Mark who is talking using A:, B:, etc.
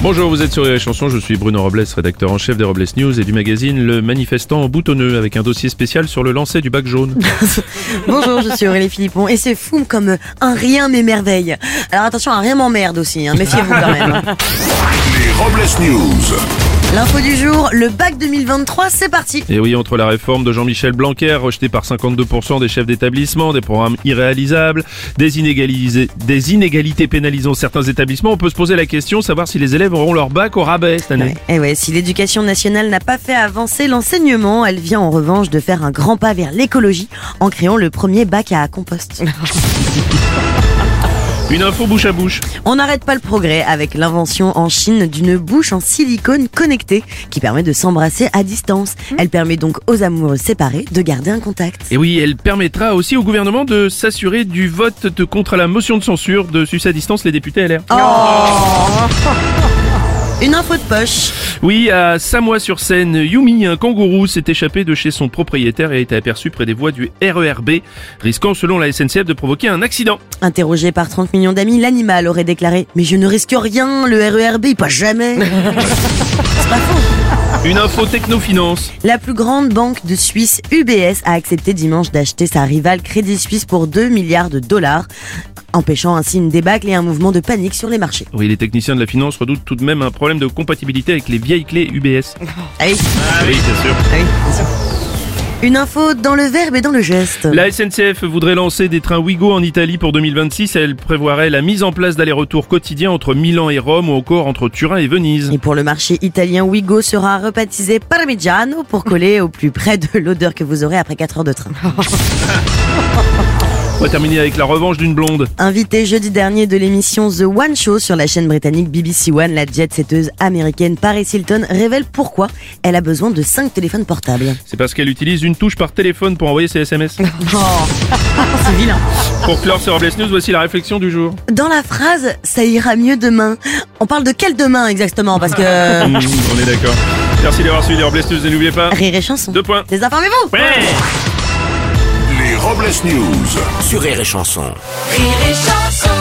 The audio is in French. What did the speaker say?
A: Bonjour, vous êtes sur les chansons, je suis Bruno Robles, rédacteur en chef des Robles News et du magazine Le Manifestant boutonneux avec un dossier spécial sur le lancer du bac jaune.
B: Bonjour, je suis Aurélie Philippon et c'est fou comme un rien m'émerveille. Alors attention, un rien m'emmerde aussi, hein, méfiez-vous quand même.
C: Les Robles News.
B: L'info du jour, le bac 2023, c'est parti.
A: Et oui, entre la réforme de Jean-Michel Blanquer, rejetée par 52% des chefs d'établissement, des programmes irréalisables, des, inégalis- des inégalités pénalisant certains établissements, on peut se poser la question savoir si les élèves auront leur bac au rabais cette année.
B: Ouais, et Eh ouais, si l'éducation nationale n'a pas fait avancer l'enseignement, elle vient en revanche de faire un grand pas vers l'écologie en créant le premier bac à compost.
A: Une info bouche à bouche.
B: On n'arrête pas le progrès avec l'invention en Chine d'une bouche en silicone connectée qui permet de s'embrasser à distance. Elle permet donc aux amoureux séparés de garder un contact.
A: Et oui, elle permettra aussi au gouvernement de s'assurer du vote de- contre la motion de censure de sucer à distance les députés LR.
B: Une info de poche.
A: Oui, à Samois-sur-Seine, Yumi, un kangourou, s'est échappé de chez son propriétaire et a été aperçu près des voies du RERB, risquant selon la SNCF de provoquer un accident.
B: Interrogé par 30 millions d'amis, l'animal aurait déclaré Mais je ne risque rien, le E RERB, il passe jamais. C'est pas faux.
A: Une info technofinance.
B: La plus grande banque de Suisse, UBS, a accepté dimanche d'acheter sa rivale Crédit Suisse pour 2 milliards de dollars, empêchant ainsi une débâcle et un mouvement de panique sur les marchés.
A: Oui, les techniciens de la finance redoutent tout de même un problème de compatibilité avec les vieilles clés UBS.
B: Allez,
A: Ah oui, bien sûr.
B: allez, vas-y. Une info dans le verbe et dans le geste.
A: La SNCF voudrait lancer des trains Ouigo en Italie pour 2026. Elle prévoirait la mise en place d'allers-retours quotidiens entre Milan et Rome ou encore entre Turin et Venise.
B: Et pour le marché italien, Wigo sera rebaptisé Parmigiano pour coller au plus près de l'odeur que vous aurez après 4 heures de train.
A: On va terminer avec la revanche d'une blonde.
B: Invitée jeudi dernier de l'émission The One Show sur la chaîne britannique BBC One, la jet-setteuse américaine Paris Hilton révèle pourquoi elle a besoin de 5 téléphones portables.
A: C'est parce qu'elle utilise une touche par téléphone pour envoyer ses SMS.
B: Oh. C'est vilain.
A: Pour clore ce Robles News, voici la réflexion du jour.
B: Dans la phrase « ça ira mieux demain », on parle de quel demain exactement Parce que...
A: Mmh, on est d'accord. Merci d'avoir suivi les Robles News et n'oubliez pas.
B: Rire et chanson.
A: Deux points.
B: Désinformez-vous
A: Ouais
C: Les Robles News.
D: Sur Rire et Chanson.
E: Rire et chanson